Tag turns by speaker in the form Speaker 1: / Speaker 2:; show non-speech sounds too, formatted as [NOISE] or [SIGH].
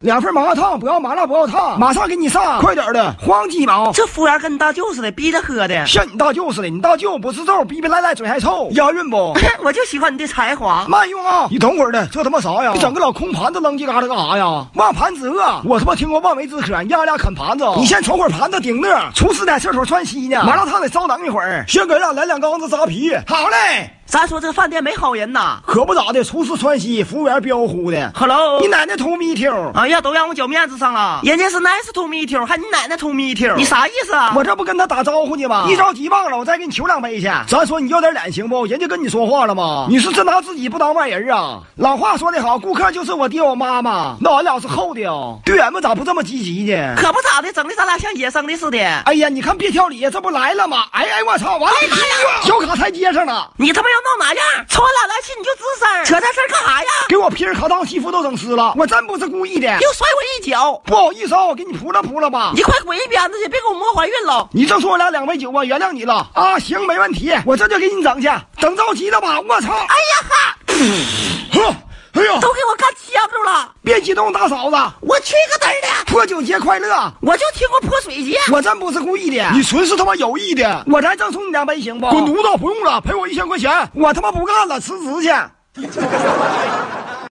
Speaker 1: 两份麻辣烫，不要麻辣，不要烫，马上给你上，快点的，慌鸡毛！
Speaker 2: 这服务员跟你大舅似的，逼着喝的。 [LAUGHS]
Speaker 1: 像你大舅似的，你大舅不是揍，逼逼赖赖，嘴还臭，押韵不？
Speaker 2: 我就喜欢你的才华。
Speaker 1: 慢用啊！你等会儿的，这他妈啥呀？你整个老空盘子扔这嘎达干啥呀？望盘止饿，我他妈听过望梅止渴，让俩啃盘子。你先瞅会儿盘子顶着，厨师在厕所窜稀呢，麻辣烫得稍等一会儿，先给俺来两缸子扎啤。好嘞。
Speaker 2: 咱说这饭店没好人呐。
Speaker 1: 可不咋的，厨师窜稀，服务员彪呼的。
Speaker 2: Hello，
Speaker 1: 你奶奶 to meet you！
Speaker 2: 哎呀，都让我脚面子上了。人家是 nice to meet you，还你奶奶 to meet you，你啥意思啊？
Speaker 1: 我这不跟他打招呼呢吗？一着急忘了，我再给你求两杯去。咱说你要点脸行不？人家跟你说话了吗？你是真拿自己不当外人啊？老话说得好，顾客就是我爹我妈妈。那俺俩是厚的哦。队员们咋不这么积极呢？
Speaker 2: 可不咋的，整的咱俩像野生的似的。
Speaker 1: 哎呀，你看别挑理，这不来了吗？哎哎，我操，完了，哎小卡台阶上了。
Speaker 2: 你他妈要闹哪样？瞅俺俩来气你就吱声，扯这事儿干啥呀？
Speaker 1: 给我皮儿卡裆西服都整湿了，我真不是故意的。
Speaker 2: 又甩我一脚，
Speaker 1: 不好意思啊，我给你扑了扑了吧。
Speaker 2: 你快滚一边子去，别给我磨怀孕喽！
Speaker 1: 你这说我俩两杯酒啊，原谅你了啊，行，没问题，我这就给你整去，整着急了吧？我操！
Speaker 2: 哎呀哈，
Speaker 1: 呵，哎呀，
Speaker 2: 都给我干呛着了！
Speaker 1: 别激动，大嫂子，
Speaker 2: 我去个嘚儿的！
Speaker 1: 泼酒节快乐！
Speaker 2: 我就听过泼水节，
Speaker 1: 我真不是故意的，你纯是他妈有意的，我才赠送你两杯行不？滚犊子，不用了，赔我一千块钱，我他妈不干了，辞职去。